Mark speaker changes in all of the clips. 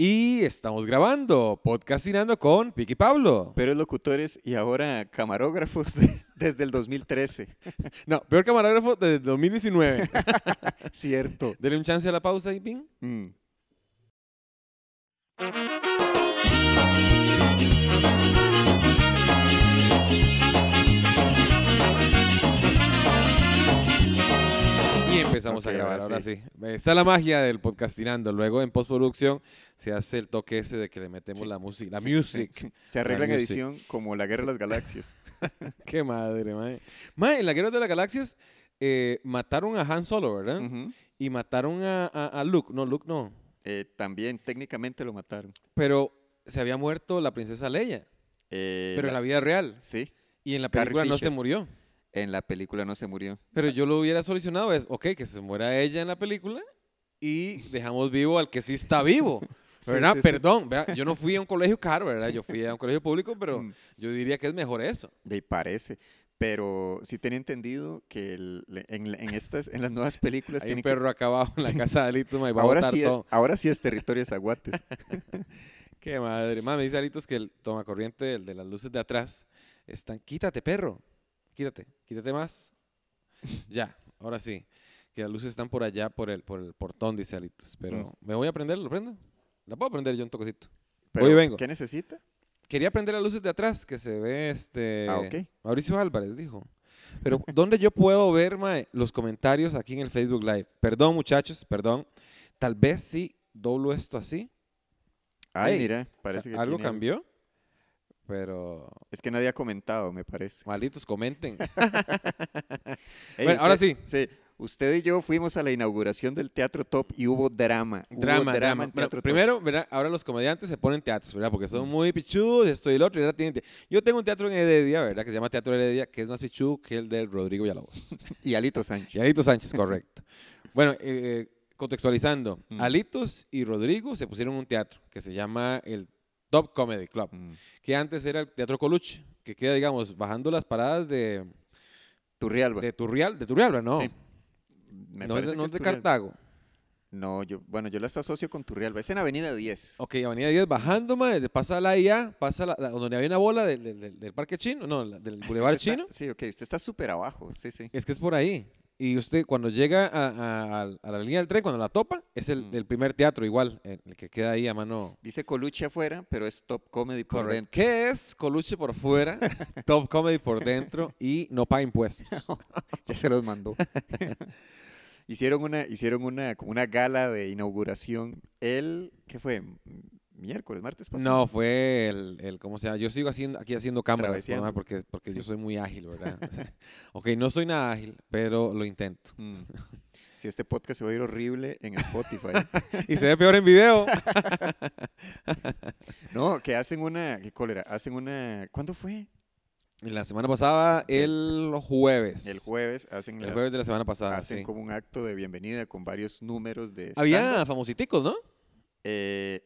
Speaker 1: Y estamos grabando, podcastinando con Piqui Pablo.
Speaker 2: Pero locutores y ahora camarógrafos de- desde el 2013.
Speaker 1: No, peor camarógrafo desde 2019.
Speaker 2: Cierto.
Speaker 1: Dele un chance a la pausa y ping.
Speaker 2: Mm.
Speaker 1: Y empezamos
Speaker 2: Ok,
Speaker 1: a grabar,
Speaker 2: ahora
Speaker 1: ahora sí. Está la magia del podcastinando. Luego en postproducción se hace el toque ese de que le metemos
Speaker 2: Sí.
Speaker 1: la música, la
Speaker 2: Sí.
Speaker 1: music.
Speaker 2: Se arregla en
Speaker 1: music.
Speaker 2: edición como la guerra de las galaxias.
Speaker 1: Qué madre, mae. Mae, en la Guerra de las Galaxias eh, mataron a Han Solo, ¿verdad?
Speaker 2: Ujú.
Speaker 1: Y mataron a, a- a Luke. No, Luke no.
Speaker 2: Eh, también técnicamente lo mataron.
Speaker 1: Pero se había muerto la princesa Leia.
Speaker 2: Eh,
Speaker 1: Pero en la
Speaker 2: la-
Speaker 1: vida real.
Speaker 2: Sí,
Speaker 1: Y en la
Speaker 2: Carrie
Speaker 1: película no se
Speaker 2: Fisher.
Speaker 1: murió.
Speaker 2: en la película no se murió.
Speaker 1: Pero yo lo hubiera solucionado es, ok, que se muera ella en la película y dejamos vivo al que sí está vivo.
Speaker 2: Sí,
Speaker 1: ¿Verdad?
Speaker 2: sí, sí.
Speaker 1: Perdón, ¿verdad? yo no fui a un colegio caro, ¿verdad? Yo fui a un colegio público, pero
Speaker 2: Mm.
Speaker 1: yo diría que es mejor eso.
Speaker 2: Me parece. Pero sí tenía entendido que el- le- en, la- en estas, en las nuevas películas
Speaker 1: Hay un
Speaker 2: tienen
Speaker 1: perro acá abajo en la casa de Alitos, ma, y
Speaker 2: que...
Speaker 1: va a
Speaker 2: Ahora
Speaker 1: botar
Speaker 2: sí,
Speaker 1: todo.
Speaker 2: ahora sí es territorio de Zaguates.
Speaker 1: Qué madre. Mami, dice Alitos que el toma corriente, el de las luces de atrás, están. Quítate, perro. Quítate, quítate más. Ya, ahora sí. Que las luces están por allá, por el, por el portón, dice Alitos. Pero
Speaker 2: Mm.
Speaker 1: me voy a prender, ¿lo prendo? La puedo prender yo un toquecito.
Speaker 2: Pero,
Speaker 1: vengo.
Speaker 2: ¿Qué necesita?
Speaker 1: Quería prender las luces de atrás, que se ve este.
Speaker 2: Ah, ok.
Speaker 1: Mauricio Álvarez dijo. Pero, ¿dónde yo puedo ver mae, los comentarios aquí en el Facebook Live? Perdón, muchachos, perdón. Tal vez sí doblo esto así.
Speaker 2: Ay,
Speaker 1: Ey,
Speaker 2: mira, parece que
Speaker 1: algo
Speaker 2: tiene
Speaker 1: cambió. Pero.
Speaker 2: Es que nadie ha comentado, me parece.
Speaker 1: Malditos, comenten.
Speaker 2: Ey,
Speaker 1: Bueno, ahora
Speaker 2: usted- sí, Usted y yo fuimos a la inauguración del Teatro Top y hubo drama. hubo
Speaker 1: drama, drama.
Speaker 2: en
Speaker 1: Bueno,
Speaker 2: Teatro Top.
Speaker 1: primero, ¿verdad? ahora los comediantes se ponen teatros, ¿verdad? Porque son muy pichudos, esto y el otro. y ahora tienen te- Yo tengo un teatro en Heredia, ¿verdad? Que se llama Teatro Heredia, que es más pichudo que el del Rodrigo Villalobos.
Speaker 2: Y Alito Sánchez.
Speaker 1: Y Alitos Sánchez, correcto. Bueno, eh, eh, contextualizando,
Speaker 2: Mm.
Speaker 1: Alitos y Rodrigo se pusieron un teatro que se llama el Top Comedy Club,
Speaker 2: Mm.
Speaker 1: que antes era el Teatro Coluche, que queda, digamos, bajando las paradas de,
Speaker 2: Turrialba.
Speaker 1: de Turrial, de Turrialba, ¿no?
Speaker 2: Sí, me
Speaker 1: no es
Speaker 2: parece
Speaker 1: de,
Speaker 2: que
Speaker 1: no
Speaker 2: es
Speaker 1: es de
Speaker 2: Turrialba.
Speaker 1: Cartago.
Speaker 2: No, yo, bueno, yo las asocio con Turrialba. Es en Avenida 10.
Speaker 1: Ok, Avenida 10 bajando, madre, pasa la IA, pasa la, la- donde había una bola del, del- del- del parque chino, no, la- del
Speaker 2: Ah, es que
Speaker 1: Boulevard
Speaker 2: usted está-
Speaker 1: chino.
Speaker 2: sí, ok, usted está súper abajo. Sí, sí.
Speaker 1: Es que es por ahí. Y usted cuando llega a, a- a- a la línea del tren, cuando la topa, es el,
Speaker 2: Mm.
Speaker 1: el primer teatro igual, el, el que queda ahí a mano.
Speaker 2: Dice Coluche afuera, pero es Top Comedy por
Speaker 1: Correcto. ¿Qué es Coluche por fuera, Top Comedy por dentro y no paga impuestos?
Speaker 2: dentro. Ya se los mandó. hicieron una, hicieron una, como una gala de inauguración el, ¿qué fue? Miércoles, martes pasado.
Speaker 1: No, fue el, el- ¿cómo se llama? Yo sigo haciendo, aquí haciendo cámaras,
Speaker 2: Traveseando.
Speaker 1: mamá, porque, porque yo soy muy ágil, ¿verdad? ok, no soy nada ágil, pero lo intento.
Speaker 2: Mm. Si este podcast se va a ir horrible en Spotify.
Speaker 1: Y se ve peor en video.
Speaker 2: No, que hacen una. ¿Qué cólera? Hacen una. ¿Cuándo fue?
Speaker 1: La semana pasada,
Speaker 2: Ok.
Speaker 1: el jueves.
Speaker 2: El jueves. Hacen,
Speaker 1: El
Speaker 2: la-
Speaker 1: jueves de la semana pasada.
Speaker 2: hacen
Speaker 1: sí.
Speaker 2: como un acto de bienvenida con varios números de. stand-up.
Speaker 1: Había famositicos, ¿no?
Speaker 2: Eh,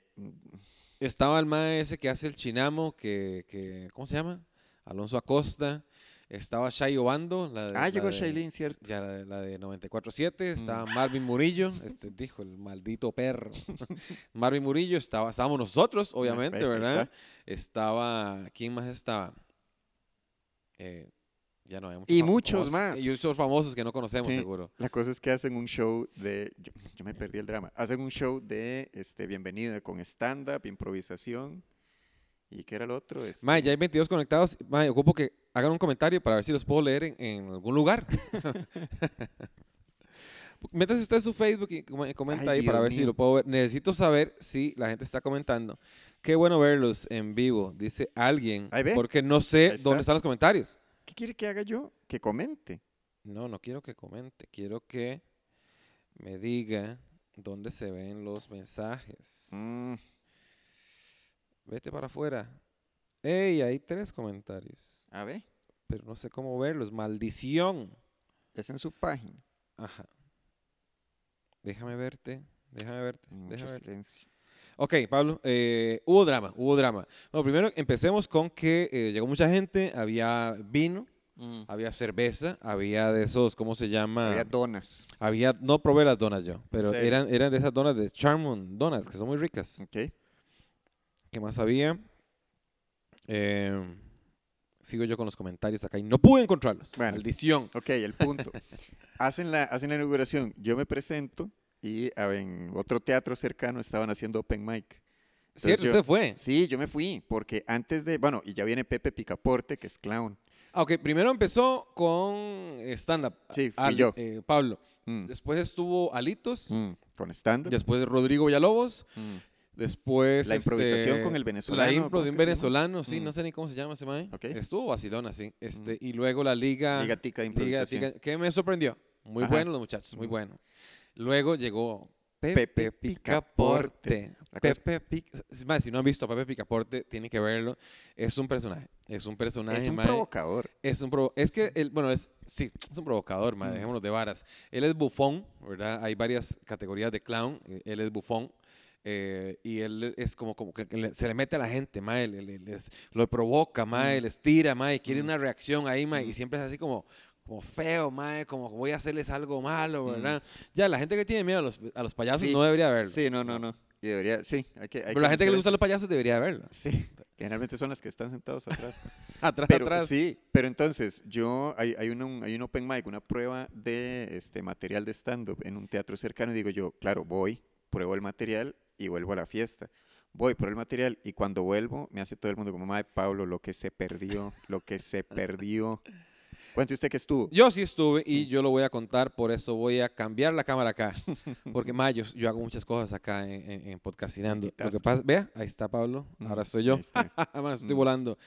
Speaker 1: Estaba el mae ese que hace el chinamo, que, que- ¿cómo se llama? Alonso Acosta. Estaba Shai Obando. La de-
Speaker 2: ah,
Speaker 1: la
Speaker 2: llegó
Speaker 1: de-
Speaker 2: Shailene, ¿cierto? Mm.
Speaker 1: Ya la de, la de 94.7. Estaba Marvin Murillo. Este dijo, el maldito perro. Marvin Murillo. Estaba, estábamos nosotros, obviamente,
Speaker 2: ahí está.
Speaker 1: ¿verdad? Estaba, ¿quién más estaba? Eh, ya no hay
Speaker 2: Y
Speaker 1: fam-
Speaker 2: muchos
Speaker 1: famosos-
Speaker 2: más.
Speaker 1: Y muchos famosos que no conocemos,
Speaker 2: Sí.
Speaker 1: seguro.
Speaker 2: La cosa es que hacen un show de. Yo, yo me perdí el drama. Hacen un show de este, bienvenida con stand-up, improvisación. ¿Y qué era el otro? Este,
Speaker 1: Mae, ya hay 22 conectados. Mae, ocupo que hagan un comentario para ver si los puedo leer en, en algún lugar. Métase usted a su Facebook y com- comenta
Speaker 2: Ay,
Speaker 1: ahí para
Speaker 2: Dios
Speaker 1: ver si
Speaker 2: mío.
Speaker 1: lo puedo ver. Necesito saber si la gente está comentando. Qué bueno verlos en vivo, dice alguien.
Speaker 2: Ahí ve.
Speaker 1: Porque no sé
Speaker 2: Ahí está.
Speaker 1: dónde están los comentarios.
Speaker 2: ¿Qué quiere que haga yo? Que comente.
Speaker 1: No, no quiero que comente. Quiero que me diga dónde se ven los mensajes.
Speaker 2: Mm,
Speaker 1: Vete para afuera. Ey, hay tres comentarios.
Speaker 2: a ver,
Speaker 1: pero no sé cómo verlos. Maldición.
Speaker 2: es en su página.
Speaker 1: Ajá. Déjame verte. Déjame verte.
Speaker 2: Mucho
Speaker 1: Déjame verte.
Speaker 2: silencio.
Speaker 1: Ok, Pablo, eh, hubo drama, hubo drama. Bueno, primero empecemos con que eh, llegó mucha gente, había vino, había cerveza, había de esos, ¿cómo se llama?
Speaker 2: Había donas.
Speaker 1: Había- no probé las donas yo, pero
Speaker 2: serio?
Speaker 1: eran, eran de esas donas de Charmon Donuts, que son muy ricas.
Speaker 2: Ok.
Speaker 1: ¿Qué más había? Eh, sigo yo con los comentarios acá y no pude encontrarlos.
Speaker 2: Bueno.
Speaker 1: Maldición.
Speaker 2: Ok, el punto. Hacen la, hacen la inauguración, yo me presento y a ver, en otro teatro cercano estaban haciendo open mic.
Speaker 1: Cierto,
Speaker 2: yo-
Speaker 1: usted fue.
Speaker 2: Sí, yo me fui, porque antes de, bueno, y ya viene Pepe Picaporte, que es clown.
Speaker 1: Ah, ok, primero empezó con eh, stand-up.
Speaker 2: Sí, fui
Speaker 1: Al-
Speaker 2: yo.
Speaker 1: eh, Pablo.
Speaker 2: Mm,
Speaker 1: Después estuvo Alitos.
Speaker 2: mm, con Mm, stand
Speaker 1: Después Rodrigo Villalobos. Después.
Speaker 2: La improvisación
Speaker 1: este,
Speaker 2: con el venezolano,
Speaker 1: La impro
Speaker 2: ¿cómo
Speaker 1: de
Speaker 2: es
Speaker 1: un
Speaker 2: que se llama?
Speaker 1: venezolano, sí,
Speaker 2: Mm.
Speaker 1: no sé ni cómo se llama ese mae.
Speaker 2: Ok. Mm.
Speaker 1: Estuvo vacilón sí. Este, Y luego la Liga.
Speaker 2: Liga Tica de
Speaker 1: Liga
Speaker 2: improvisación.
Speaker 1: Ah, Tica, que me sorprendió. Muy
Speaker 2: Ajá.
Speaker 1: bueno los muchachos, muy
Speaker 2: Mm.
Speaker 1: bueno. Luego llegó Pepe,
Speaker 2: Pepe
Speaker 1: Picaporte.
Speaker 2: La cosa-
Speaker 1: Pepe Pic- es más, si no han visto a Pepe Picaporte, tienen que verlo. Es un personaje. Es un personaje,
Speaker 2: es un
Speaker 1: mae.
Speaker 2: provocador.
Speaker 1: Es un provo- es que él, bueno, es sí, es un provocador, mae,
Speaker 2: Mm.
Speaker 1: dejémonos de varas. Él es bufón, ¿verdad? Hay varias categorías de clown, eh, él es bufón. eh, y él es como, como que le- se le mete a la gente, mae, le- le- les- lo provoca, mae, les tira, mae, quiere
Speaker 2: Mm.
Speaker 1: una reacción ahí, mae, y
Speaker 2: Mm.
Speaker 1: siempre es así como, como feo, mae, como voy a hacerles algo malo, ¿verdad? Ya, la gente que tiene miedo a los, a los payasos
Speaker 2: Sí,
Speaker 1: no debería verlo.
Speaker 2: Sí, no, no, no. Y debería, sí, hay que... hay
Speaker 1: pero la gente que le gusta a
Speaker 2: anunciar
Speaker 1: los payasos debería verlo.
Speaker 2: eso. Sí, generalmente son las que están sentados atrás.
Speaker 1: Atrás,
Speaker 2: pero,
Speaker 1: atrás.
Speaker 2: Sí, pero entonces, yo, hay, hay, un, un- hay un open mic, una prueba de este, material de stand-up en un teatro cercano y digo yo, claro, voy, pruebo el material y vuelvo a la fiesta. Voy por el material y cuando vuelvo me hace todo el mundo como, madre, Pablo, lo que se perdió, lo que se perdió. Cuente usted que estuvo.
Speaker 1: Yo sí estuve y yo lo voy a contar, por eso voy a cambiar la cámara acá. Porque, Mayo, yo hago muchas cosas acá en, en- en Podcastinando. Lo que
Speaker 2: Quitaste.
Speaker 1: pasa, vea, ahí está Pablo, ahora soy yo.
Speaker 2: Mm, Ahí está.
Speaker 1: Ma, estoy
Speaker 2: Mm.
Speaker 1: volando.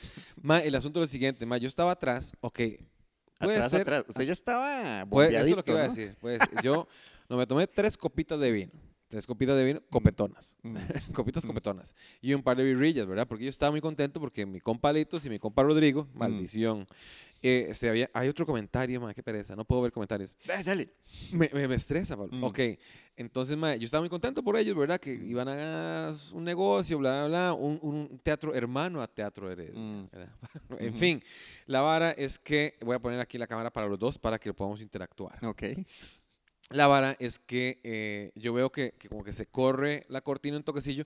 Speaker 1: Ma, el asunto es lo siguiente, Ma, yo estaba atrás, ok. Puede
Speaker 2: Atrás,
Speaker 1: ser.
Speaker 2: atrás. Usted ya estaba
Speaker 1: puede- eso es lo
Speaker 2: bombeadito,
Speaker 1: que iba a
Speaker 2: ¿no?
Speaker 1: decir. Pues, yo no, me tomé tres copitas de vino. Tres copitas de vino, copetonas.
Speaker 2: Mm.
Speaker 1: copitas
Speaker 2: Mm.
Speaker 1: copetonas. Y un par de birrillas, ¿verdad? Porque yo estaba muy contento porque mi compa Litos y mi compa Rodrigo,
Speaker 2: Mm.
Speaker 1: maldición. eh, se había, hay otro comentario, ma, qué pereza, no puedo ver comentarios.
Speaker 2: Dale, dale.
Speaker 1: Me, me- me estresa, Pablo.
Speaker 2: Mm.
Speaker 1: Ok, entonces mae, yo estaba muy contento por ellos, ¿verdad? Que iban a ganar un negocio, bla, bla, bla, un, un teatro hermano a Teatro Heredia.
Speaker 2: Mm.
Speaker 1: ¿verdad? en
Speaker 2: Ujú.
Speaker 1: fin, la vara es que, voy a poner aquí la cámara para los dos para que podamos interactuar.
Speaker 2: Ok.
Speaker 1: La vara es que eh, yo veo que, que como que se corre la cortina un toquecillo.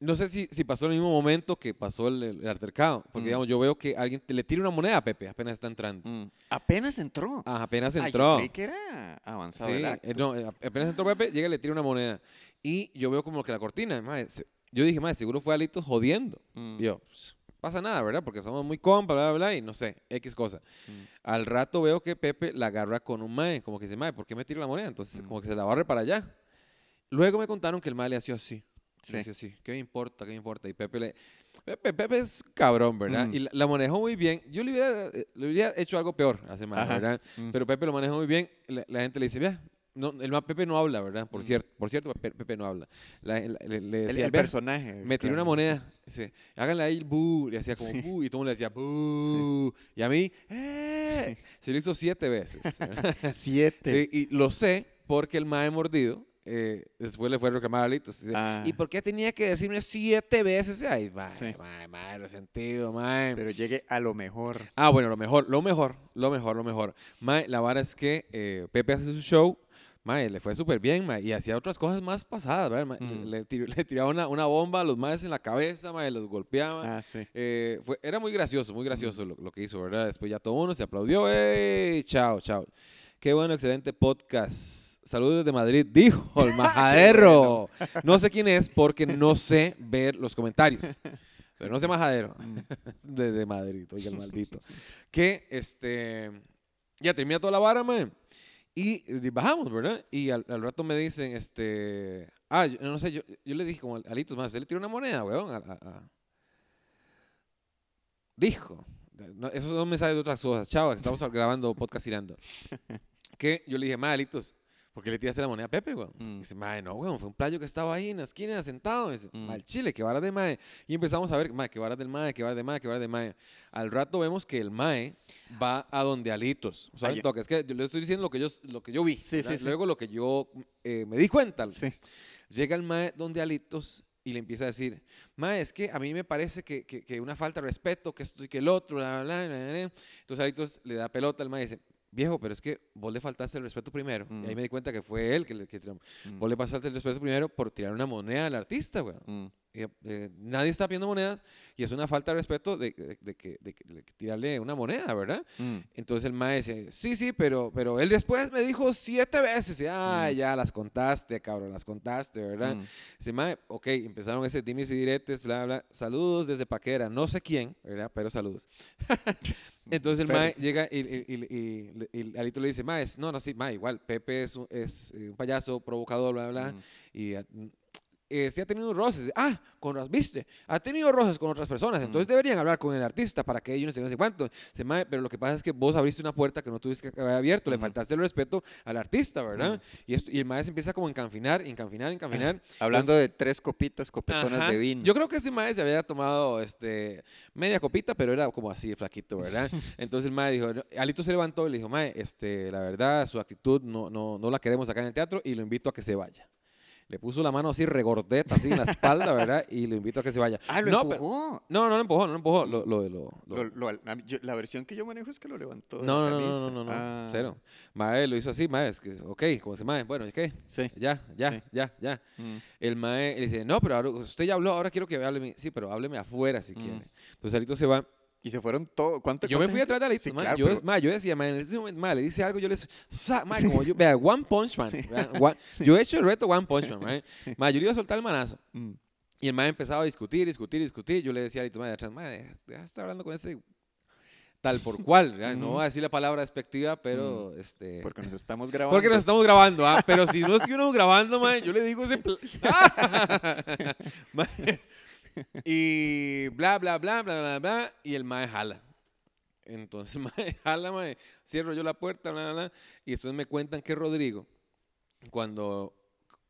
Speaker 1: No sé si, si pasó en el mismo momento que pasó el, el altercado, porque
Speaker 2: Mm.
Speaker 1: digamos, yo veo que alguien te- le tira una moneda a Pepe, apenas está entrando.
Speaker 2: Mm. Apenas entró.
Speaker 1: Ah, apenas
Speaker 2: Ah, yo
Speaker 1: entró.
Speaker 2: creí que era avanzado
Speaker 1: Sí,
Speaker 2: el
Speaker 1: eh,
Speaker 2: acto.
Speaker 1: no, eh, apenas entró Pepe, llega y le tira una moneda. Y yo veo como que la cortina, mae, se- yo dije, madre, seguro fue Alitos jodiendo.
Speaker 2: Mm.
Speaker 1: Y yo, "Ps, pasa nada, ¿verdad? Porque somos muy compas, bla, bla, bla, y no sé, X cosa.
Speaker 2: Mm.
Speaker 1: Al rato veo que Pepe la agarra con un mae, como que dice, mae, ¿por qué me tira la moneda? Entonces,
Speaker 2: Mm.
Speaker 1: como que se la barre para allá. Luego me contaron que el mae le hacía así.
Speaker 2: Sí.
Speaker 1: Le hacía así, ¿qué me importa? ¿Qué me importa? Y Pepe le. Pepe, Pepe es cabrón, ¿verdad?
Speaker 2: Mm.
Speaker 1: Y la, la manejó muy bien. Yo le hubiera, eh, le hubiera hecho algo peor a ese mae,
Speaker 2: Ajá.
Speaker 1: ¿verdad?
Speaker 2: Mm.
Speaker 1: Pero Pepe lo maneja muy bien. La, la gente le dice, vea, no, el ma- Pepe no habla, ¿verdad? Por
Speaker 2: Mm.
Speaker 1: cierto, por cierto, Pe- Pepe no habla. La- la- le, le
Speaker 2: El-
Speaker 1: decía,
Speaker 2: el
Speaker 1: "Vea,
Speaker 2: personaje.
Speaker 1: me tiré una
Speaker 2: claro.
Speaker 1: moneda. Dice, háganle ahí el bu. Le hacía como
Speaker 2: Sí.
Speaker 1: bu y todo el mundo le decía bu. Y a mí, "Eh". Se lo hizo siete veces. ¿verdad?
Speaker 2: Siete.
Speaker 1: Sí, y lo sé porque el mae mordido eh, después le fue a reclamar a Litos. Dice,
Speaker 2: Ah,
Speaker 1: ¿Y por qué tenía que decirme siete veces? Ay, mae,
Speaker 2: Sí.
Speaker 1: mae, mae, resentido, mae.
Speaker 2: pero llegue a lo mejor.
Speaker 1: Ah, bueno, lo mejor, lo mejor, lo mejor, lo mejor. Mae, la vara es que eh, Pepe hace su show, mae, le fue súper bien, mae, y hacía otras cosas más pasadas, ¿verdad? mae?
Speaker 2: Mm.
Speaker 1: Le, tir- le tiraba una, una bomba a los maes en la cabeza, mae, los golpeaba.
Speaker 2: Ah, sí.
Speaker 1: Eh, fue- era muy gracioso, muy gracioso lo, lo que hizo, ¿verdad? Después ya todo uno se aplaudió, ¡ey! Chao, chao. Qué bueno, excelente podcast. Saludos desde Madrid, dijo el majadero. No sé quién es porque no sé ver los comentarios. Pero no sé majadero
Speaker 2: Mm.
Speaker 1: de, de Madrid, oiga el maldito. que este ya termina toda la vara, man. Y eh, bajamos, ¿verdad? Y al, al rato me dicen, este. Ah, yo, no sé, yo, yo le dije como alitos más, usted le tiró una moneda, weón. a- a- a- Dijo. No, esos son mensajes de otras cosas. Chao, estamos grabando podcast irando. que yo le dije, ma, alitos, ¿por qué le tiraste la moneda a Pepe, weón?
Speaker 2: Mm.
Speaker 1: Dice, mae, no, weón, fue un playo que estaba ahí en la esquina sentado. Dice,
Speaker 2: Mm.
Speaker 1: mal chile, qué vara de mae. Y empezamos a ver, mae, qué vara del mae, qué vara de mae, qué vara de mae. Al rato vemos que el mae va a donde Alitos. O sea,
Speaker 2: Ay,
Speaker 1: el toque. Es que yo le estoy diciendo lo que yo, lo que yo vi.
Speaker 2: Sí,
Speaker 1: ¿verdad?
Speaker 2: sí, sí.
Speaker 1: Luego lo que yo eh, me di cuenta.
Speaker 2: Sí.
Speaker 1: Llega el mae donde Alitos y le empieza a decir, mae, es que a mí me parece que, que, que una falta de respeto, que esto y que el otro, bla, bla, bla, bla, bla". Entonces Alitos le da pelota al mae y dice, viejo, pero es que vos le faltaste el respeto primero. Y ahí
Speaker 2: Mm.
Speaker 1: me di cuenta que fue él que le que tiró.
Speaker 2: Mm.
Speaker 1: Vos le pasaste el respeto primero por tirar una moneda al artista, weón.
Speaker 2: Mm.
Speaker 1: eh, eh, nadie está pidiendo monedas y es una falta de respeto de, de- de que, de que- de que tirarle una moneda, ¿verdad?
Speaker 2: Mm.
Speaker 1: Entonces el mae dice, sí, sí, pero, pero él después me dijo siete veces. Y, ah,
Speaker 2: Mm.
Speaker 1: ya las contaste, cabrón, las contaste, ¿verdad?
Speaker 2: Mm.
Speaker 1: Dice, mae, ok, empezaron ese dimes y diretes, bla, bla. Saludos desde Paquera, no sé quién, ¿verdad? Pero saludos. Entonces el
Speaker 2: Pero-
Speaker 1: mae llega y, y, y- y- le- y le- Alito le dice, mae, es- no, no, sí, mae, igual, Pepe es un, es, eh, un payaso provocador, bla, bla.
Speaker 2: Mm.
Speaker 1: Y ah, mm, este ha tenido roces. Ah, con las- viste, ha tenido roces con otras personas. Entonces
Speaker 2: Mm.
Speaker 1: deberían hablar con el artista para que ellos no sé, no sé cuánto. Se mae, pero lo que pasa es que vos abriste una puerta que no tuviste que haber abierto. Le
Speaker 2: Mm.
Speaker 1: faltaste el respeto al artista, ¿verdad?
Speaker 2: Mm.
Speaker 1: Y, esto, y el mae se empieza como a encanfinar, encanfinar, encanfinar.
Speaker 2: Hablando de tres copitas, copetonas
Speaker 1: Ajá.
Speaker 2: de vino.
Speaker 1: Yo creo que ese mae se había tomado este, media copita, pero era como así, flaquito, ¿verdad? Entonces el mae dijo, no- Alito se levantó y le dijo, mae, este, la verdad, su actitud no, no, no la queremos acá en el teatro y lo invito a que se vaya. Le puso la mano así regordeta, así en la espalda, ¿verdad? Y lo invito a que se vaya.
Speaker 2: ah, lo
Speaker 1: no, pero-
Speaker 2: empujó.
Speaker 1: no, no lo empujó, no lo empujó. Lo, lo, lo- lo-
Speaker 2: Lo- lo al- a mí- yo- la versión que yo manejo es que lo levantó. de la
Speaker 1: no, no, no,
Speaker 2: camisa.
Speaker 1: no, no, no, no,
Speaker 2: Ah,
Speaker 1: cero. Mae lo hizo así, mae, es que, ok, como se mae, bueno, ¿y qué?
Speaker 2: Sí.
Speaker 1: Ya, ya,
Speaker 2: Sí.
Speaker 1: ya, ya.
Speaker 2: Mm.
Speaker 1: El mae le dice, no, pero ahora usted ya habló, ahora quiero que hábleme. Sí, pero hábleme afuera si
Speaker 2: Mm.
Speaker 1: quiere. Entonces Alito se va.
Speaker 2: Y se fueron todos. ¿Cuánto?
Speaker 1: Yo me
Speaker 2: cuánta
Speaker 1: fui
Speaker 2: gente?
Speaker 1: atrás de Alito.
Speaker 2: Sí,
Speaker 1: mae.
Speaker 2: claro,
Speaker 1: yo,
Speaker 2: pero-
Speaker 1: mae, yo decía, mae, en ese momento, mae, le dice algo, yo le dice, sa- mae,
Speaker 2: Sí.
Speaker 1: como yo, vea, One Punch Man. vea, one- Yo he hecho el reto One Punch Man, mae. Mae, yo le iba a soltar el manazo.
Speaker 2: Mm.
Speaker 1: Y el mae empezaba a discutir, discutir, discutir. Yo le decía a Alito, mae, de atrás, mae, deja- deja de estar hablando con ese tal por cual. ¿verdad? No
Speaker 2: Ujú. Mm.
Speaker 1: voy a decir la palabra despectiva, pero este...
Speaker 2: Porque nos estamos grabando.
Speaker 1: Porque nos estamos grabando, ¿ah? Pero si no estuvimos grabando, mae, yo le digo ese... pl- ¡Ah! Mae, y bla, bla, bla, bla, bla, bla, y el mae jala. Entonces, mae, jala, mae, cierro yo la puerta, bla, bla, bla, y después me cuentan que Rodrigo, cuando,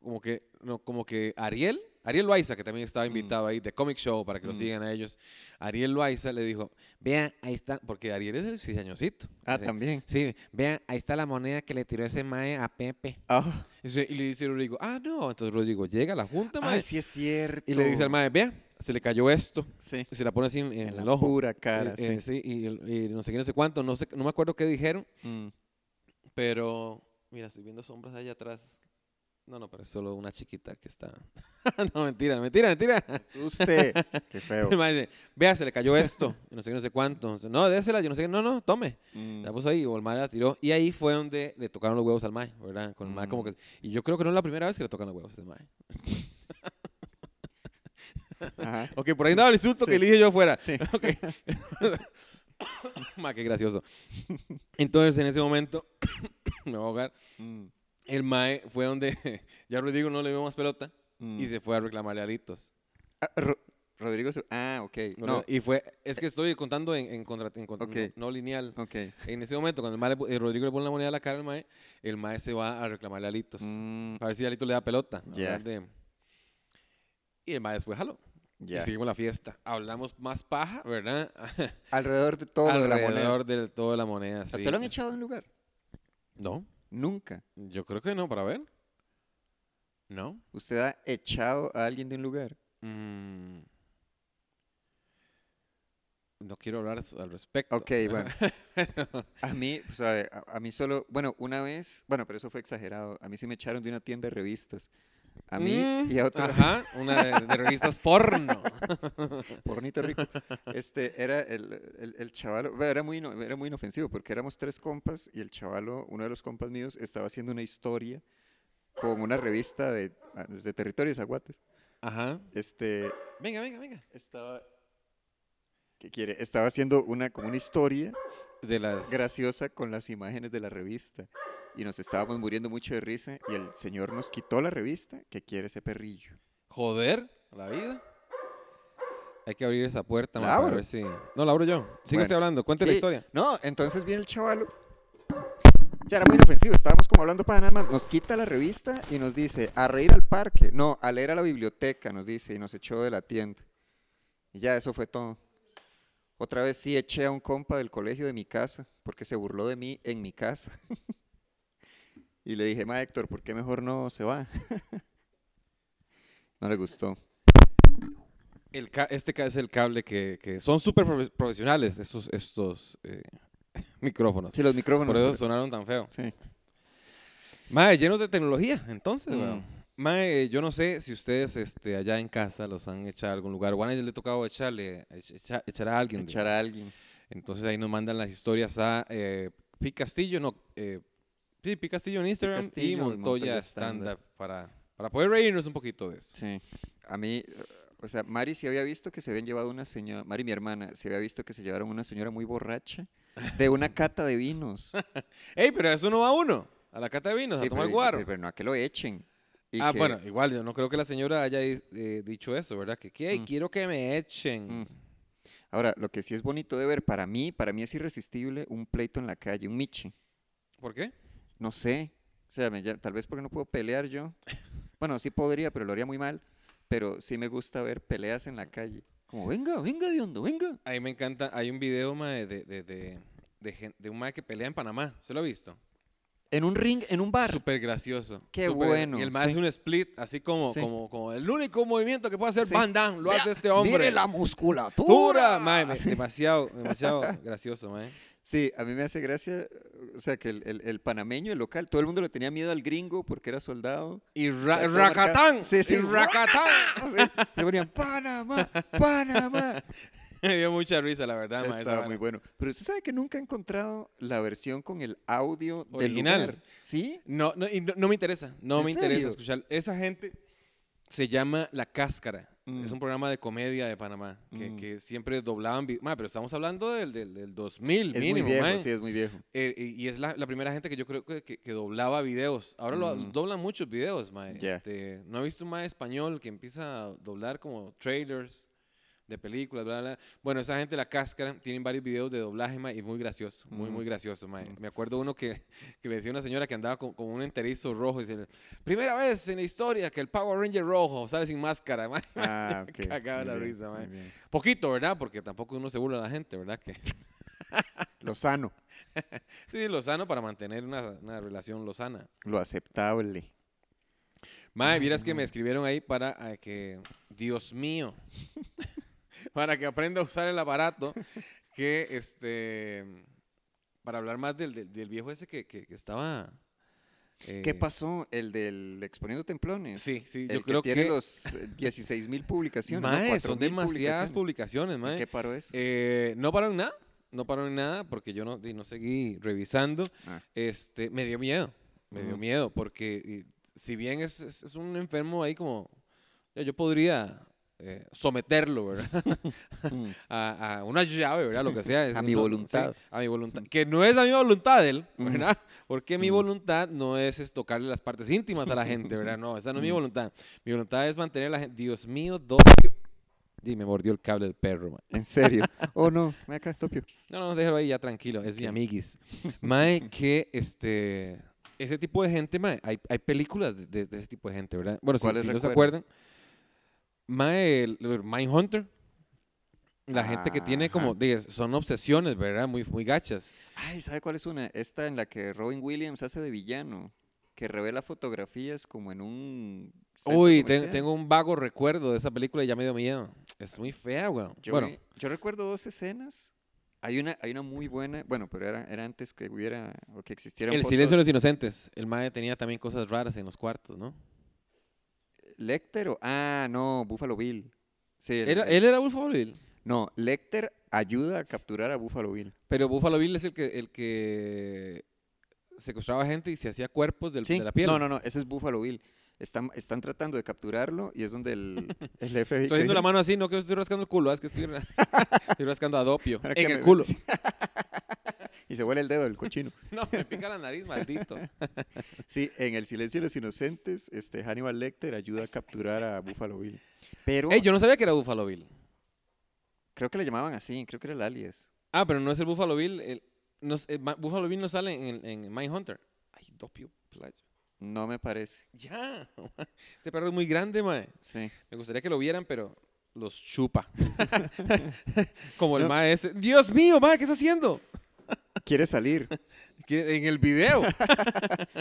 Speaker 1: como que, no, como que Ariel, Ariel Loaiza, que también estaba
Speaker 2: Mm.
Speaker 1: invitado ahí de Comic Show, para que lo
Speaker 2: Mm.
Speaker 1: sigan a ellos, Ariel Loaiza le dijo, vea, ahí está, porque Ariel es el cizañosito.
Speaker 2: Ah,
Speaker 1: Dice,
Speaker 2: también.
Speaker 1: Sí, vea, ahí está la moneda que le tiró ese mae a Pepe.
Speaker 2: Ah,
Speaker 1: Y se- y le dice Rodrigo, ah, no. Entonces Rodrigo llega a la junta, mae,
Speaker 2: ah, sí es cierto.
Speaker 1: y le dice al mae, vea, se le cayó esto.
Speaker 2: Sí.
Speaker 1: Y se la pone así en, en
Speaker 2: En la
Speaker 1: el ojo.
Speaker 2: pura cara,
Speaker 1: Eh, eh, sí,
Speaker 2: sí.
Speaker 1: y, el- y no sé qué, no sé cuánto. No, sé, no me acuerdo qué dijeron,
Speaker 2: Mm.
Speaker 1: pero... Mira, estoy viendo sombras allá atrás. No, no, pero es solo una chiquita que está... no, mentira, mentira, mentira.
Speaker 2: Asuste. Qué feo.
Speaker 1: El mae dice, vea, se le cayó esto. y no sé qué, no sé cuánto. Entonces, no, désela, yo no sé qué. No, no, tome.
Speaker 2: Mm.
Speaker 1: La puso ahí, o el mae la tiró. Y ahí fue donde le tocaron los huevos al mae, ¿verdad? Con el mae
Speaker 2: Mm.
Speaker 1: como que... Y yo creo que no es la primera vez que le tocan los huevos al mae. pues,
Speaker 2: Ajá.
Speaker 1: Ok, por ahí andaba el insulto que
Speaker 2: Sí.
Speaker 1: elige yo fuera.
Speaker 2: Sí.
Speaker 1: Ok. mae, qué gracioso. Entonces, en ese momento, me voy a ahogar.
Speaker 2: Mm.
Speaker 1: El mae fue donde... ya Rodrigo no le dio más pelota.
Speaker 2: Mm.
Speaker 1: Y se fue a reclamarle a Alitos.
Speaker 2: Ah, Ro- Rodrigo. se- Ah, ok. No.
Speaker 1: Y fue... Es que estoy contando en, en, contra- en contra-
Speaker 2: Ok.
Speaker 1: no, no lineal.
Speaker 2: Ok.
Speaker 1: En ese momento, cuando el mae le pu- eh, Rodrigo le pone la moneda a la cara al mae, el mae se va a reclamarle a Alitos.
Speaker 2: Mm,
Speaker 1: A ver si Alito le da pelota. a
Speaker 2: Ya.
Speaker 1: ver de- Y el maestro después jaló.
Speaker 2: Ya.
Speaker 1: Y seguimos la fiesta. Hablamos más paja, ¿verdad?
Speaker 2: Alrededor de todo lo de la moneda.
Speaker 1: Alrededor de todo de la moneda.
Speaker 2: ¿A
Speaker 1: Sí.
Speaker 2: usted lo han echado de un lugar?
Speaker 1: No,
Speaker 2: Nunca.
Speaker 1: yo creo que no, para ver. No.
Speaker 2: ¿Usted ha echado a alguien de un lugar?
Speaker 1: Mm. No quiero hablar s- al respecto.
Speaker 2: Ok, bueno. A mí, pues, a, ver, a- a mí solo, bueno, una vez, bueno, pero eso fue exagerado. A mí sí me echaron de una tienda de revistas. A mí
Speaker 1: Mm,
Speaker 2: y a otro
Speaker 1: Ajá, una de, de revistas porno.
Speaker 2: pornito rico. Este era el, el, el chavalo, bueno, era muy, ino- era muy inofensivo porque éramos tres compas y el chavalo, uno de los compas míos, estaba haciendo una historia con una revista de, ah, de territorios aguates.
Speaker 1: Ajá.
Speaker 2: Este,
Speaker 1: Venga, venga, venga.
Speaker 2: estaba, ¿qué quiere? Estaba haciendo una, como una historia
Speaker 1: De las.
Speaker 2: graciosa con las imágenes de la revista. Y nos estábamos muriendo mucho de risa y el señor nos quitó la revista que quiere ese perrillo.
Speaker 1: Joder, la vida. Hay que abrir esa puerta,
Speaker 2: ¿La
Speaker 1: ma, para
Speaker 2: abro?
Speaker 1: ver si. No, la abro yo. Sigue
Speaker 2: Bueno.
Speaker 1: usted hablando, cuente la
Speaker 2: Sí,
Speaker 1: historia.
Speaker 2: No, entonces viene el chavalo. Ya era muy inofensivo, estábamos como hablando para nada más. Nos quita la revista y nos dice, a reír al parque. No, a leer a la biblioteca, nos dice, y nos echó de la tienda. Y ya, eso fue todo. Otra vez sí eché a un compa del colegio de mi casa, porque se burló de mí en mi casa. y le dije, ma Héctor, ¿por qué mejor no se va? no le gustó.
Speaker 1: El ca- este ca- es el cable que, que son súper profe- profesionales, estos, estos eh, micrófonos.
Speaker 2: Sí, los micrófonos.
Speaker 1: Por eso
Speaker 2: pero-
Speaker 1: sonaron tan feo.
Speaker 2: sí.
Speaker 1: Madre, llenos de tecnología, entonces,
Speaker 2: Mm.
Speaker 1: weón. Mae, eh, yo no sé si ustedes este, allá en casa los han echado a algún lugar. O a nadie le ha tocado echarle, ech- echa- echar a alguien.
Speaker 2: Echar a alguien.
Speaker 1: Entonces ahí nos mandan las historias a eh, Pi Castillo, no, eh, sí, Pi Castillo en Instagram
Speaker 2: Castillo,
Speaker 1: y
Speaker 2: el
Speaker 1: Montoya,
Speaker 2: Montoya
Speaker 1: Stand
Speaker 2: Stand
Speaker 1: Up para, para poder reírnos un poquito de eso.
Speaker 2: Sí. A mí, eh, o sea, Mari sí había visto que se habían llevado una señora, Mari, mi hermana, se había visto que se llevaron una señora muy borracha de una cata de vinos.
Speaker 1: Ey, pero a eso no va uno, a la cata de vinos,
Speaker 2: Sí,
Speaker 1: a tomar
Speaker 2: pero-
Speaker 1: guaro.
Speaker 2: Pero no a que lo echen. Y
Speaker 1: ah,
Speaker 2: que-
Speaker 1: bueno, igual yo no creo que la señora haya eh, dicho eso, ¿verdad? Que, ¿qué?
Speaker 2: Mm.
Speaker 1: Quiero que me echen.
Speaker 2: Mm. Ahora, lo que sí es bonito de ver para mí, para mí es irresistible un pleito en la calle, un miche.
Speaker 1: ¿Por qué?
Speaker 2: No sé. O sea, me lla- tal vez porque no puedo pelear yo. Bueno, sí podría, pero lo haría muy mal. Pero sí me gusta ver peleas en la calle. Como, venga, venga, de hondo, venga.
Speaker 1: A mí me encanta, hay un video mae, de, de, de, de, gen- de un mae que pelea en Panamá, ¿se lo ha visto?
Speaker 2: En un ring, en un bar.
Speaker 1: Súper gracioso.
Speaker 2: Qué
Speaker 1: súper-
Speaker 2: bueno,
Speaker 1: Y el mae
Speaker 2: sí.
Speaker 1: hace un split, así como,
Speaker 2: Sí.
Speaker 1: como, como el único movimiento que puede hacer
Speaker 2: Sí.
Speaker 1: Van Damme, lo
Speaker 2: Vea,
Speaker 1: hace este hombre.
Speaker 2: Mire la musculatura.
Speaker 1: ¡Pura! Mae, me- demasiado, demasiado gracioso, mae.
Speaker 2: Sí, a mí me hace gracia, o sea, que el, el- el panameño, el local, todo el mundo le tenía miedo al gringo porque era soldado.
Speaker 1: Y ra-
Speaker 2: Está todo
Speaker 1: Racatán.
Speaker 2: marcado. Sí, sí,
Speaker 1: y Racatán.
Speaker 2: Sí, le ponían Panamá, Panamá.
Speaker 1: Me dio mucha risa, la verdad, mae. esa
Speaker 2: Estaba
Speaker 1: vara.
Speaker 2: muy bueno. Pero usted sabe que nunca he encontrado la versión con el audio del
Speaker 1: Original.
Speaker 2: lugar? Sí,
Speaker 1: No, no, y no, no me interesa, no
Speaker 2: ¿En
Speaker 1: me interesa
Speaker 2: serio?
Speaker 1: escuchar. Esa gente se llama La Cáscara.
Speaker 2: Mm.
Speaker 1: Es un programa de comedia de Panamá que,
Speaker 2: Mm.
Speaker 1: que siempre doblaban. vi- Mae, pero estamos hablando del, del, del 2000,
Speaker 2: es
Speaker 1: mínimo,
Speaker 2: muy viejo,
Speaker 1: mae.
Speaker 2: sí, es muy viejo.
Speaker 1: Eh, y y es la, la primera gente que yo creo que, que- que doblaba videos. Ahora lo
Speaker 2: Mm.
Speaker 1: doblan muchos videos, mae.
Speaker 2: Ya.
Speaker 1: Este, no he visto un mae español que empieza a doblar como trailers de películas, bla, bla. Bueno, esa gente, la cáscara, tienen varios videos de doblaje, mae, y muy gracioso, muy, muy
Speaker 2: Mm.
Speaker 1: gracioso, mae. Me acuerdo uno que, que le decía a una señora que andaba con, con un enterizo rojo y dice, primera vez en la historia que el Power Ranger rojo sale sin máscara, mae.
Speaker 2: Ah, ok.
Speaker 1: cagaba
Speaker 2: muy
Speaker 1: la
Speaker 2: bien,
Speaker 1: risa,
Speaker 2: muy
Speaker 1: mae.
Speaker 2: bien.
Speaker 1: Poquito, ¿verdad? Porque tampoco uno se burla a la gente, ¿verdad? Que
Speaker 2: Lo sano,
Speaker 1: sí, lo sano para mantener una, una relación lo sana.
Speaker 2: lo aceptable.
Speaker 1: Mae, vieras
Speaker 2: Mm.
Speaker 1: que me escribieron ahí para ah, que, Dios mío, para que aprenda a usar el aparato, que este, para hablar más del, del- del viejo ese que, que- que estaba... eh,
Speaker 2: ¿Qué pasó? El del Exponiendo Templones.
Speaker 1: Sí, sí,
Speaker 2: El
Speaker 1: yo
Speaker 2: que
Speaker 1: creo
Speaker 2: tiene
Speaker 1: que...
Speaker 2: los 16 mil publicaciones.
Speaker 1: Mae,
Speaker 2: ¿no?
Speaker 1: son
Speaker 2: 4.000
Speaker 1: demasiadas
Speaker 2: publicaciones.
Speaker 1: publicaciones,
Speaker 2: ¿En
Speaker 1: mae.
Speaker 2: ¿Qué paro es?
Speaker 1: Eh, no paró en nada, no paró en nada porque yo no, y no seguí revisando.
Speaker 2: Ah.
Speaker 1: Este, me dio miedo, me dio
Speaker 2: Ujú.
Speaker 1: miedo porque eh, si bien es, es- es un enfermo ahí como, ya, yo podría eh, someterlo, ¿verdad?
Speaker 2: Mm.
Speaker 1: A, a una llave, ¿verdad? Lo que sea. es
Speaker 2: A mi
Speaker 1: no- sí,
Speaker 2: voluntad.
Speaker 1: a mi voluntad. Que no es la misma voluntad de él,
Speaker 2: Ujú.
Speaker 1: ¿verdad? Porque mi
Speaker 2: Ujú.
Speaker 1: voluntad no es, es tocarle las partes íntimas a la gente, ¿verdad? No, esa no es mi
Speaker 2: Ujú.
Speaker 1: voluntad. Mi voluntad es mantener a la gente. Dios mío, doble. Y me mordió el cable el perro, man.
Speaker 2: En serio. Oh, no, me acá, Topio.
Speaker 1: No, no, déjalo ahí ya tranquilo, es mi
Speaker 2: Ok.
Speaker 1: amiguis. Mae, que este. Ese tipo de gente, mae, hay, hay películas de, de- de ese tipo de gente, ¿verdad? Bueno, si,
Speaker 2: ¿Cuáles
Speaker 1: si no se
Speaker 2: recuerdan?
Speaker 1: acuerdan, Mae, el, el Mindhunter, la gente que tiene como,
Speaker 2: Ajá.
Speaker 1: de- son obsesiones, ¿verdad? Muy, muy gachas.
Speaker 2: Ay, ¿sabe cuál es una? Esta en la que Robin Williams hace de villano, que revela fotografías como en un. centro
Speaker 1: Uy, te-
Speaker 2: comercial.
Speaker 1: tengo un vago recuerdo de esa película y ya me dio miedo. Es muy fea, weón.
Speaker 2: Yo,
Speaker 1: bueno,
Speaker 2: vi- yo recuerdo dos escenas. Hay una, hay una muy buena, bueno, pero era, era antes que hubiera o que existiera
Speaker 1: El silencio de los inocentes. El Mae tenía también cosas raras en los cuartos, ¿no?
Speaker 2: Lecter o ah, no, Buffalo Bill. Sí, el-
Speaker 1: Era-
Speaker 2: el-
Speaker 1: él era Buffalo Bill.
Speaker 2: no, Lecter ayuda a capturar a Buffalo Bill.
Speaker 1: Pero Buffalo Bill es el que, el que secuestraba gente y se hacía cuerpos del-
Speaker 2: Sí,
Speaker 1: de la piel.
Speaker 2: No, no, no, ese es Buffalo Bill. Están, están tratando de capturarlo y es donde el, el FBI
Speaker 1: Estoy haciendo
Speaker 2: que-
Speaker 1: la mano así, no que estoy rascando el culo, ah, es que estoy, ra- estoy rascando adopio
Speaker 2: Para que
Speaker 1: en el
Speaker 2: me-
Speaker 1: culo.
Speaker 2: y se huele el dedo del cochino.
Speaker 1: No, me pica la nariz, maldito.
Speaker 2: Sí, en El silencio de los inocentes, este Hannibal Lecter ayuda a capturar a Buffalo Bill. Pero
Speaker 1: Ey, yo no sabía que era Buffalo Bill.
Speaker 2: creo que le llamaban así, creo que era el alias.
Speaker 1: Ah, pero no es el Buffalo Bill. el- no es- el Ma- Buffalo Bill no sale en, en Mindhunter. Ay, dopio, playa.
Speaker 2: No me parece.
Speaker 1: Ya. Este perro es muy grande, mae.
Speaker 2: Sí.
Speaker 1: Me gustaría que lo vieran, pero los chupa. Como el
Speaker 2: No.
Speaker 1: mae ese. Dios mío, mae, ¿qué está haciendo?
Speaker 2: Quiere salir.
Speaker 1: Que- En el video.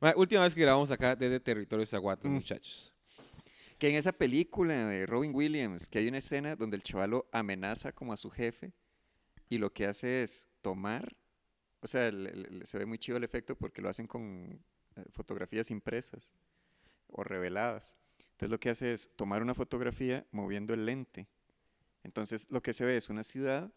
Speaker 1: Ma, última vez que grabamos acá desde Territorio Zaguate,
Speaker 2: Mm.
Speaker 1: muchachos.
Speaker 2: Que en esa película de Robin Williams, que hay una escena donde el chavalo amenaza como a su jefe y lo que hace es tomar, o sea, el- el- el- se ve muy chido el efecto porque lo hacen con eh, fotografías impresas. o reveladas. Entonces lo que hace es tomar una fotografía moviendo el lente. Entonces lo que se ve es una ciudad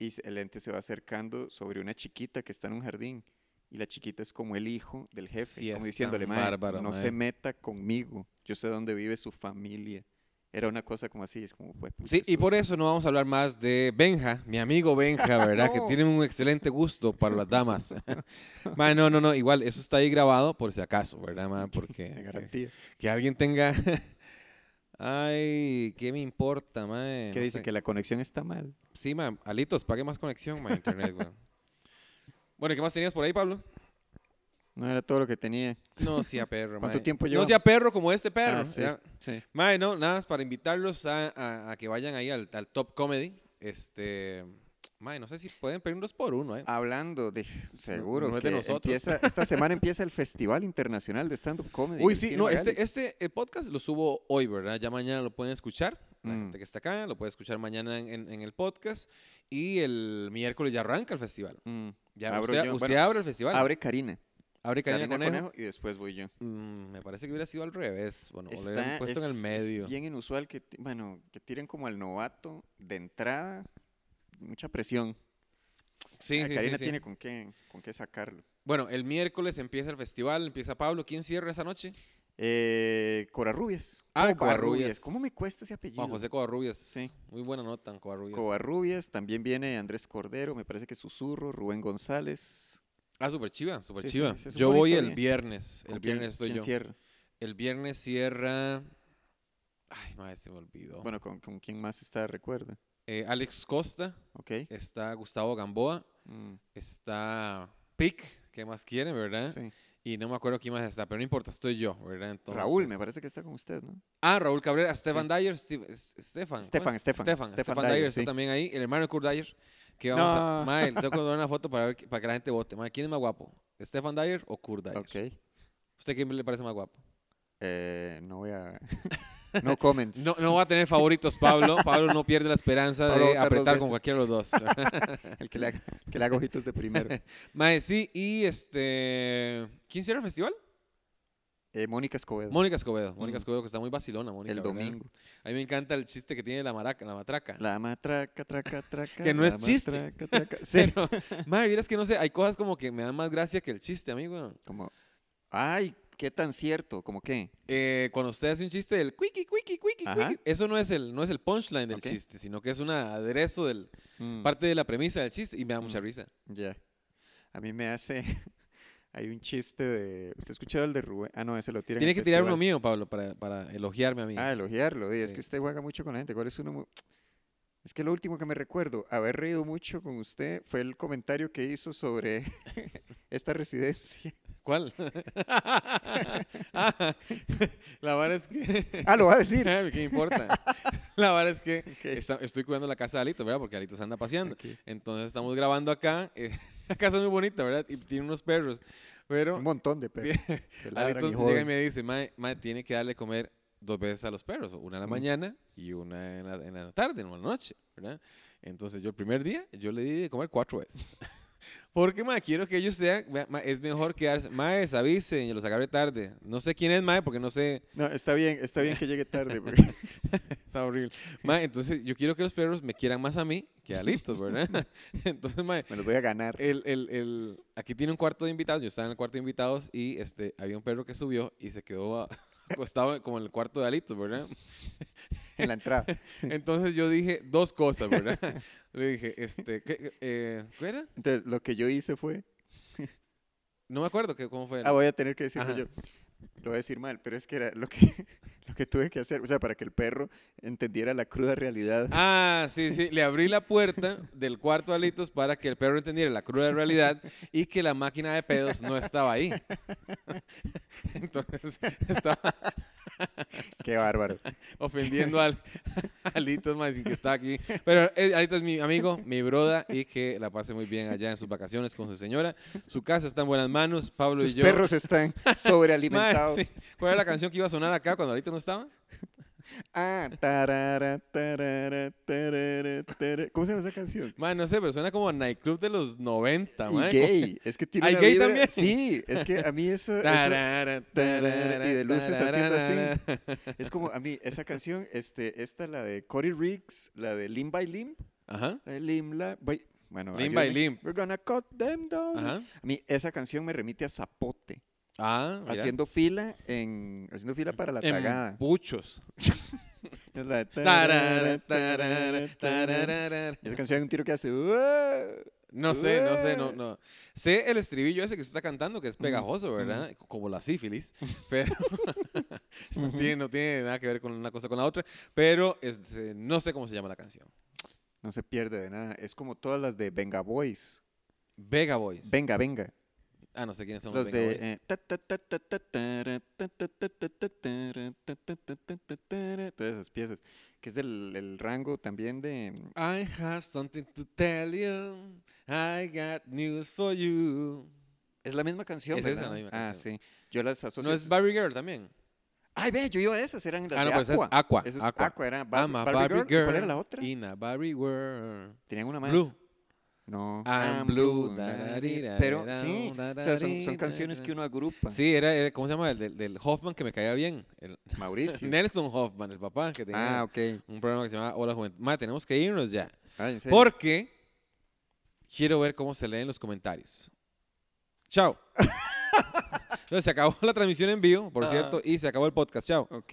Speaker 2: y el lente se va acercando sobre una chiquita que está en un jardín. Y la chiquita es como el hijo del jefe,
Speaker 1: Sí, es
Speaker 2: como
Speaker 1: tan
Speaker 2: diciéndole, "Mae,
Speaker 1: bárbaro,
Speaker 2: no
Speaker 1: mae".
Speaker 2: se meta conmigo, yo sé dónde vive su familia. Era una cosa como así, es como, "Jue puta,
Speaker 1: Sí, y
Speaker 2: esto-
Speaker 1: por eso no vamos a hablar más de Benja, mi amigo Benja, ¿verdad? Que
Speaker 2: No.
Speaker 1: tiene un excelente gusto para las damas. Ma, no, no, no, igual, eso está ahí grabado por si acaso, ¿verdad, ma? Porque
Speaker 2: de
Speaker 1: que,
Speaker 2: garantía.
Speaker 1: que alguien tenga... Ay, ¿qué me importa, mae?
Speaker 2: que
Speaker 1: No
Speaker 2: dice
Speaker 1: sé.
Speaker 2: que la conexión está mal.
Speaker 1: Sí, ma, alitos, pague más conexión, ma, internet, weón. Bueno, ¿y ¿qué más tenías por ahí, Pablo?
Speaker 2: No era todo lo que tenía.
Speaker 1: No sea perro,
Speaker 2: ¿Cuánto
Speaker 1: mae.
Speaker 2: tiempo
Speaker 1: No
Speaker 2: llevamos?
Speaker 1: sea perro como este perro.
Speaker 2: Ah, sí,
Speaker 1: ya.
Speaker 2: sí.
Speaker 1: Mae, no, nada más para invitarlos a, a- a que vayan ahí al, al Top Comedy. Este, mae, no sé si pueden pedir un dos por uno, eh.
Speaker 2: Ah, Hablando de seguro
Speaker 1: no es
Speaker 2: que
Speaker 1: de nosotros.
Speaker 2: empieza- esta semana empieza el Festival Internacional de Stand Up Comedy.
Speaker 1: Uy,
Speaker 2: en
Speaker 1: sí,
Speaker 2: Cine
Speaker 1: no,
Speaker 2: Magali.
Speaker 1: este, este eh, podcast lo subo hoy, ¿verdad? Ya mañana lo pueden escuchar. La
Speaker 2: Mm.
Speaker 1: gente que está acá lo puede escuchar mañana en, en- en el podcast. Y el miércoles ya arranca el festival.
Speaker 2: Mm,
Speaker 1: Ya,
Speaker 2: abro
Speaker 1: usted
Speaker 2: yo,
Speaker 1: usted
Speaker 2: bueno,
Speaker 1: abre el festival. Abre,
Speaker 2: abre Karina.
Speaker 1: Karina
Speaker 2: Karina
Speaker 1: Conejo.
Speaker 2: Conejo y después voy yo.
Speaker 1: Mm, me parece que hubiera sido al revés. Bueno, o lo
Speaker 2: Está-
Speaker 1: hubieran puesto en
Speaker 2: es-
Speaker 1: el
Speaker 2: es
Speaker 1: medio.
Speaker 2: bien inusual que, ti- bueno, que tiren como al novato de entrada. Mucha presión.
Speaker 1: Sí, sí,
Speaker 2: Ah,
Speaker 1: sí,
Speaker 2: Karina
Speaker 1: sí.
Speaker 2: tiene con qué, con qué sacarlo.
Speaker 1: Bueno, el miércoles empieza el festival, empieza Pablo. ¿Quién cierra esa noche?
Speaker 2: Eh, Covarrubias.
Speaker 1: Ah, Covarrubias.
Speaker 2: ¿Cómo me cuesta ese apellido?
Speaker 1: Juan José Covarrubias.
Speaker 2: Sí.
Speaker 1: Muy buena nota, Covarrubias.
Speaker 2: Covarrubias, también viene Andrés Cordero, me parece que Susurro, Rubén González.
Speaker 1: ah, super chiva, super
Speaker 2: Sí, sí,
Speaker 1: chiva.
Speaker 2: ese es un
Speaker 1: yo voy
Speaker 2: bonito
Speaker 1: el
Speaker 2: día.
Speaker 1: viernes.
Speaker 2: ¿Con
Speaker 1: El
Speaker 2: quién-
Speaker 1: viernes estoy
Speaker 2: quién
Speaker 1: yo.
Speaker 2: cierra?
Speaker 1: El viernes cierra. Ay, madre, se me olvidó.
Speaker 2: Bueno, ¿con, con quién más está? Recuerda.
Speaker 1: Eh, Alex Costa,
Speaker 2: ¿Ok?
Speaker 1: está Gustavo Gamboa,
Speaker 2: Mm,
Speaker 1: está Pic, ¿qué más quieren, verdad?
Speaker 2: sí.
Speaker 1: Y no me acuerdo quién más está, pero no importa, estoy yo, ¿verdad? Entonces,
Speaker 2: Raúl, me parece que está con usted, ¿no?
Speaker 1: Ah, Raúl Cabrera, Stefan
Speaker 2: Sí.
Speaker 1: Dyer, Steve- es- Stefan.
Speaker 2: Stefan, Stefan,
Speaker 1: Stefan,
Speaker 2: Stefan
Speaker 1: Stefan Dyer
Speaker 2: Dyer,
Speaker 1: está
Speaker 2: sí.
Speaker 1: también ahí. El hermano de Kurt Dyer. Que vamos a,
Speaker 2: No.
Speaker 1: mae, le tengo que tomar una foto para, ver, que- para que la gente vote. Mae, ¿Quién es más guapo? ¿Stefan Dyer o Kurt Dyer?
Speaker 2: Ok.
Speaker 1: ¿Usted quién le parece más guapo?
Speaker 2: Eh, no voy a... no comments.
Speaker 1: No, no va a tener favoritos, Pablo. Pablo no pierde la esperanza
Speaker 2: Pablo
Speaker 1: de
Speaker 2: va a votar dos
Speaker 1: apretar con
Speaker 2: veces.
Speaker 1: cualquiera de los dos.
Speaker 2: El que le haga, que le haga ojitos de primero.
Speaker 1: Mae, sí, y este. ¿Quién cierra el festival?
Speaker 2: Eh, Mónica Escobedo.
Speaker 1: Mónica Escobedo. Mónica
Speaker 2: Mm.
Speaker 1: Escobedo, que está muy vacilona, Mónica.
Speaker 2: el
Speaker 1: ¿verdad?
Speaker 2: domingo.
Speaker 1: A mí me encanta el chiste que tiene la maraca, la matraca.
Speaker 2: La matraca, traca, traca.
Speaker 1: Que no
Speaker 2: la
Speaker 1: es chiste.
Speaker 2: matraca, traca. Sí.
Speaker 1: Pero, madre, vieras que no sé, hay cosas como que me dan más gracia que el chiste, amigo.
Speaker 2: Como, ay, qué tan cierto. ¿Cómo qué?
Speaker 1: eh, cuando usted hace un chiste del cuiqui, cuiqui, cuiqui,
Speaker 2: Ajá.
Speaker 1: cuiqui, eso no es el, no es el punchline del
Speaker 2: Ok.
Speaker 1: chiste, sino que es un aderezo del
Speaker 2: Mm,
Speaker 1: parte de la premisa del chiste y me da mucha
Speaker 2: Mm.
Speaker 1: risa.
Speaker 2: Ya. A mí me hace... Hay un chiste de... ¿Usted ha escuchado el de Rubén? Ah, no, ese lo tiran
Speaker 1: Tiene
Speaker 2: en
Speaker 1: que tirar uno
Speaker 2: festival.
Speaker 1: mío, Pablo, para, para elogiarme a mí.
Speaker 2: Ah, elogiarlo. y Es
Speaker 1: Sí.
Speaker 2: que usted juega mucho con la gente. ¿Cuál es uno? mu- Es que lo último que me recuerdo, haber reído mucho con usted, fue el comentario que hizo sobre esta residencia.
Speaker 1: ¿Cuál? Ah, la verdad es que.
Speaker 2: Ah, lo va a decir.
Speaker 1: ¿Qué importa? La verdad es que
Speaker 2: Ok.
Speaker 1: esta- estoy cuidando la casa de Alito, ¿verdad? Porque Alito se anda paseando.
Speaker 2: Ok.
Speaker 1: Entonces estamos grabando acá. eh, la casa es muy bonita, ¿verdad? Y tiene unos perros. Pero
Speaker 2: Un montón de perros. que ladran
Speaker 1: Alito
Speaker 2: y
Speaker 1: llega y
Speaker 2: joden.
Speaker 1: me dice, mae, mae, tiene que darle comer dos veces a los perros, una en la
Speaker 2: Mm.
Speaker 1: mañana y una en la, en la tarde, en la noche, ¿verdad? Entonces yo el primer día, yo le di de comer cuatro veces. Porque, mae, quiero que ellos sean, vea, mae, es mejor quedarse, mae, avisen, yo los agarré tarde. No sé quién es, mae, porque no sé,
Speaker 2: No, está bien, está bien que llegue tarde. porque-
Speaker 1: está horrible. Mae, entonces yo quiero que los perros me quieran más a mí que a Litos, ¿verdad? Entonces, mae,
Speaker 2: me los voy a ganar.
Speaker 1: el, el- el- aquí tiene un cuarto de invitados. Yo estaba en el cuarto de invitados y este, había un perro que subió y se quedó a- acostado como en el cuarto de Alitos, ¿verdad?
Speaker 2: En la entrada.
Speaker 1: Entonces yo dije dos cosas, ¿verdad? Le dije, este, ¿qué, qué- eh, ¿qué era?
Speaker 2: Entonces, lo que yo hice fue.
Speaker 1: No me acuerdo que, cómo fue.
Speaker 2: Ah, voy a tener que decirlo
Speaker 1: Ajá.
Speaker 2: yo. Lo voy a decir mal, pero es que era lo que, lo que tuve que hacer. O sea, para que el perro entendiera la cruda realidad.
Speaker 1: Ah, sí, sí. Le abrí la puerta del cuarto de Alitos para que el perro entendiera la cruda realidad y que la máquina de pedos no estaba ahí. Entonces estaba
Speaker 2: Qué bárbaro.
Speaker 1: ofendiendo al Alitos más sin que está aquí. Pero eh, Alitos es mi amigo, mi broda y que la pase muy bien allá en sus vacaciones con su señora. Su casa está en buenas manos, Pablo
Speaker 2: Sus
Speaker 1: y yo.
Speaker 2: perros están
Speaker 1: Mae,
Speaker 2: sobrealimentados.
Speaker 1: sí. ¿Cuál era la canción que iba a sonar acá cuando Alitos no estaba?
Speaker 2: Ah, tarara, tarara, tarara, tarara. ¿Cómo se llama esa canción?
Speaker 1: Man, no sé, pero suena como a nightclub de los 90, man.
Speaker 2: Y gay. Es que tiene
Speaker 1: ¿Hay
Speaker 2: una
Speaker 1: gay
Speaker 2: vibra-
Speaker 1: también?
Speaker 2: Sí, es que a mí eso, eso-
Speaker 1: Tarara, tarara,
Speaker 2: y de luces haciendo así.
Speaker 1: tarara.
Speaker 2: es como a mí esa canción, este, esta la de Cory Riggs, la de Limb by Limb,
Speaker 1: Ajá,
Speaker 2: la de Limb la- by- bueno,
Speaker 1: Limb by
Speaker 2: ayúdeme.
Speaker 1: Limb.
Speaker 2: We're gonna cut them down.
Speaker 1: ajá.
Speaker 2: A mí esa canción me remite a Zapote,
Speaker 1: Ah, mira.
Speaker 2: haciendo fila en haciendo fila para la
Speaker 1: En
Speaker 2: tagada.
Speaker 1: Puchos.
Speaker 2: Es la de
Speaker 1: Tarara,
Speaker 2: tarara,
Speaker 1: tarara,
Speaker 2: tarara, tarara.
Speaker 1: tarara.
Speaker 2: Esa canción hay un tiro que hace. "Uah".
Speaker 1: No sé, no sé, no,
Speaker 2: Ué.
Speaker 1: no. Sé el estribillo ese que usted está cantando, que es
Speaker 2: Ujú,
Speaker 1: pegajoso,
Speaker 2: ujú.
Speaker 1: ¿verdad? Como la sífilis, pero no, tiene, no tiene nada que ver con una cosa con la otra, pero este, no sé cómo se llama la canción.
Speaker 2: No se pierde de nada. Es como todas las de Venga Boys.
Speaker 1: Vega Boys.
Speaker 2: Venga, venga.
Speaker 1: ah, no sé quiénes son los,
Speaker 2: Los
Speaker 1: Venga
Speaker 2: de.
Speaker 1: Boys.
Speaker 2: eh, ta, ta, ta, ta, ta, tara, ta, ta, ta, ta, ta, tara, ta, ta, ta, ta, ta, tara. Todas esas piezas. Que es del el rango también de.
Speaker 1: I have something to tell you. I got news for you.
Speaker 2: Es la misma canción.
Speaker 1: Es esa
Speaker 2: ¿verdad?
Speaker 1: la misma
Speaker 2: ah,
Speaker 1: canción.
Speaker 2: sí. Yo las asocio.
Speaker 1: ¿No es Barry Girl también?
Speaker 2: Ay, ve, yo iba a esas. Eran las
Speaker 1: Ah, no,
Speaker 2: de
Speaker 1: pero esa es
Speaker 2: Aqua.
Speaker 1: Aqua.
Speaker 2: Eso es
Speaker 1: Aqua.
Speaker 2: Aqua. Era Bar-
Speaker 1: I'm a
Speaker 2: Barbie
Speaker 1: Barbie
Speaker 2: Girl. ¿Y
Speaker 1: Girl.
Speaker 2: ¿Cuál era la otra?
Speaker 1: In a Barbie World.
Speaker 2: Tenían una más.
Speaker 1: Blue.
Speaker 2: No.
Speaker 1: I'm
Speaker 2: I'm
Speaker 1: blue,
Speaker 2: blue.
Speaker 1: dararira,
Speaker 2: Pero
Speaker 1: dararau,
Speaker 2: sí. O sea, son, son canciones
Speaker 1: dararira.
Speaker 2: que uno agrupa.
Speaker 1: Sí, era, era- ¿cómo se llama? El del, del Hoffman que me caía bien. El-
Speaker 2: Mauricio.
Speaker 1: Nelson Hoffman, el papá que tenía
Speaker 2: Ah, ok.
Speaker 1: un programa que se llamaba Hola Juventud. Ma, tenemos que irnos ya.
Speaker 2: Ay, en serio.
Speaker 1: Porque quiero ver cómo se leen los comentarios. Chao. Entonces, se acabó la transmisión en vivo, por
Speaker 2: Ah.
Speaker 1: cierto, y se acabó el podcast. Chao.
Speaker 2: Ok.